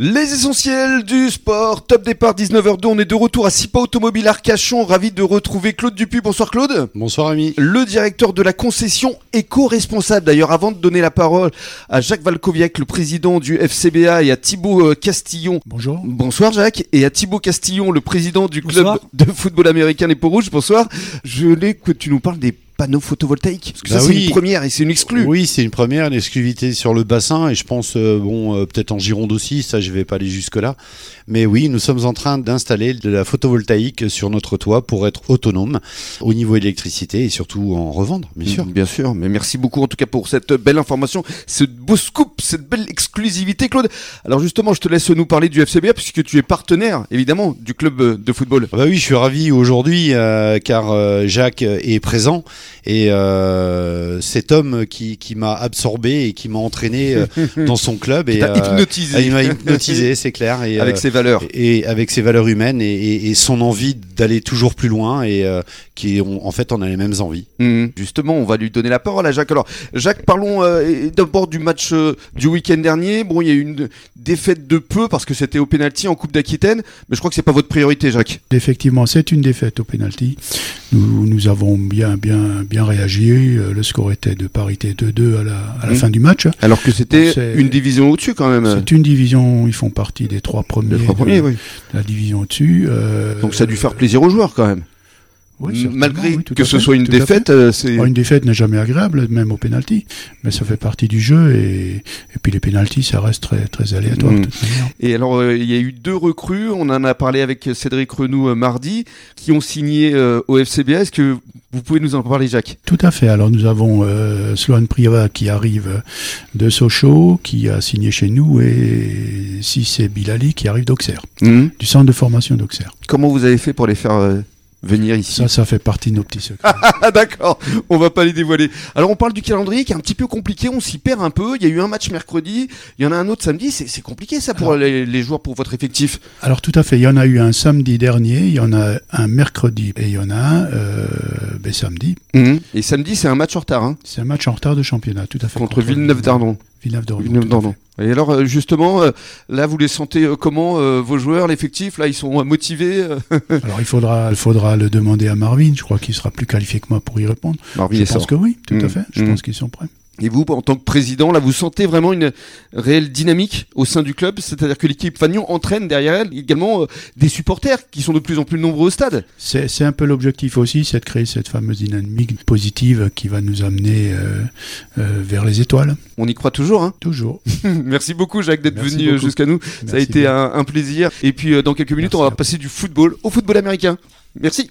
Les essentiels du sport, top départ 19h02, on est de retour à SIPA Automobile Arcachon, ravi de retrouver Claude Dupuis, bonsoir Claude, Bonsoir ami. le directeur de la concession éco-responsable. D'ailleurs, avant de donner la parole à Jacques Valkoviec, le président du FCBA, et à Thibaut euh, Castillon, Bonjour. bonsoir Jacques, et à Thibaut Castillon, le président du club Bonsoir. de football américain Les Peaux Rouges, bonsoir. Je voulais que tu nous parles des panneaux photovoltaïques, parce que Bah ça c'est oui. une première et c'est une exclue. Oui, c'est une première, une exclusivité sur le bassin et je pense euh, bon euh, peut-être en Gironde aussi, ça je vais pas aller jusque là. Mais oui, nous sommes en train d'installer de la photovoltaïque sur notre toit pour être autonome au niveau électricité et surtout en revendre, bien sûr. Mm, Bien sûr, mais merci beaucoup en tout cas pour cette belle information, ce beau scoop, cette belle exclusivité, Claude. Alors justement, je te laisse nous parler du FCBA puisque tu es partenaire, évidemment, du club euh, de football. Ah Bah oui, je suis ravi aujourd'hui euh, car euh, Jacques est présent et euh, cet homme qui, qui m'a absorbé et qui m'a entraîné euh, dans son club et T'as euh, ah, il hypnotisé m'a hypnotisé, c'est clair. Et, avec euh, ses valeurs. et avec ses valeurs humaines et, et- et son envie d'aller toujours plus loin et euh, qui ont- en fait on a les mêmes envies. Mm. Justement, on va lui donner la parole à Jacques. Alors, Jacques, parlons euh, et- d'abord du match euh, du week-end dernier. Bon, il y a eu une défaite de peu parce que c'était au pénalty en Coupe d'Aquitaine, mais je crois que c'est pas votre priorité, Jacques. Effectivement, c'est une défaite au penalty. Nous, nous avons bien, bien, bien réagi. Euh, Le score était de parité 2-2 à la, à la Mhm. fin du match. Alors que c'était C'est- une division au-dessus quand même. C'est une division. Ils font partie des trois premiers. Les trois de- premiers, oui. de La division au-dessus. Euh, Donc ça a dû faire plaisir aux joueurs quand même. oui, M- certainement, Malgré oui, tout que à ce fait, soit une tout à fait. défaite, euh, c'est Oh, une défaite n'est jamais agréable, même au penalty, mais ça fait partie du jeu et, et puis les pénalties, ça reste très, très aléatoire. Mhm. de toute manière. Et alors, euh, il y a eu deux recrues. On en a parlé avec Cédric Renou euh, mardi, qui ont signé euh, au FCBA. Est-ce que vous pouvez nous en parler, Jacques Tout à fait. Alors nous avons euh, Sloan Priva qui arrive de Sochaux, qui a signé chez nous, et Cissé Bilali qui arrive d'Auxerre, du centre de formation d'Auxerre. Hmm. Comment vous avez fait pour les faire euh, venir ici Ça, ça fait partie de nos petits secrets. Ah d'accord, on va pas les dévoiler. Alors on parle du calendrier qui est un petit peu compliqué, on s'y perd un peu. Il y a eu un match mercredi, il y en a un autre samedi. C'est c'est compliqué ça pour les, les joueurs, pour votre effectif. Alors tout à fait, il y en a eu un samedi dernier, il y en a un mercredi et il y en a un euh, ben, samedi. Et samedi, c'est un match en retard hein, C'est un match en retard de championnat, tout à fait. contre Villeneuve d'Arnon. Villeneuve d'Arnon. Villeneuve tout à fait. d'Arnon. Et alors euh, justement, euh, là vous les sentez euh, comment euh, vos joueurs, l'effectif Là ils sont euh, motivés. euh Alors il faudra, il faudra le demander à Marvin, je crois qu'il sera plus qualifié que moi pour y répondre. Marvin Je est pense sort. que oui, tout Mm. à fait, je Mm. pense qu'ils sont prêts. Et vous, en tant que président, là vous sentez vraiment une réelle dynamique au sein du club, c'est-à-dire que l'équipe Fagnon entraîne derrière elle également euh, des supporters qui sont de plus en plus nombreux au stade. C'est c'est un peu l'objectif aussi, c'est de créer cette fameuse dynamique positive qui va nous amener euh, euh, vers les étoiles, On y croit toujours, hein toujours. Merci beaucoup Jacques d'être Merci venu euh, beaucoup. jusqu'à nous. Ça a Merci été bien. un, un plaisir. Et puis euh, dans quelques minutes, Merci on à va vous. passer du football au football américain. Merci.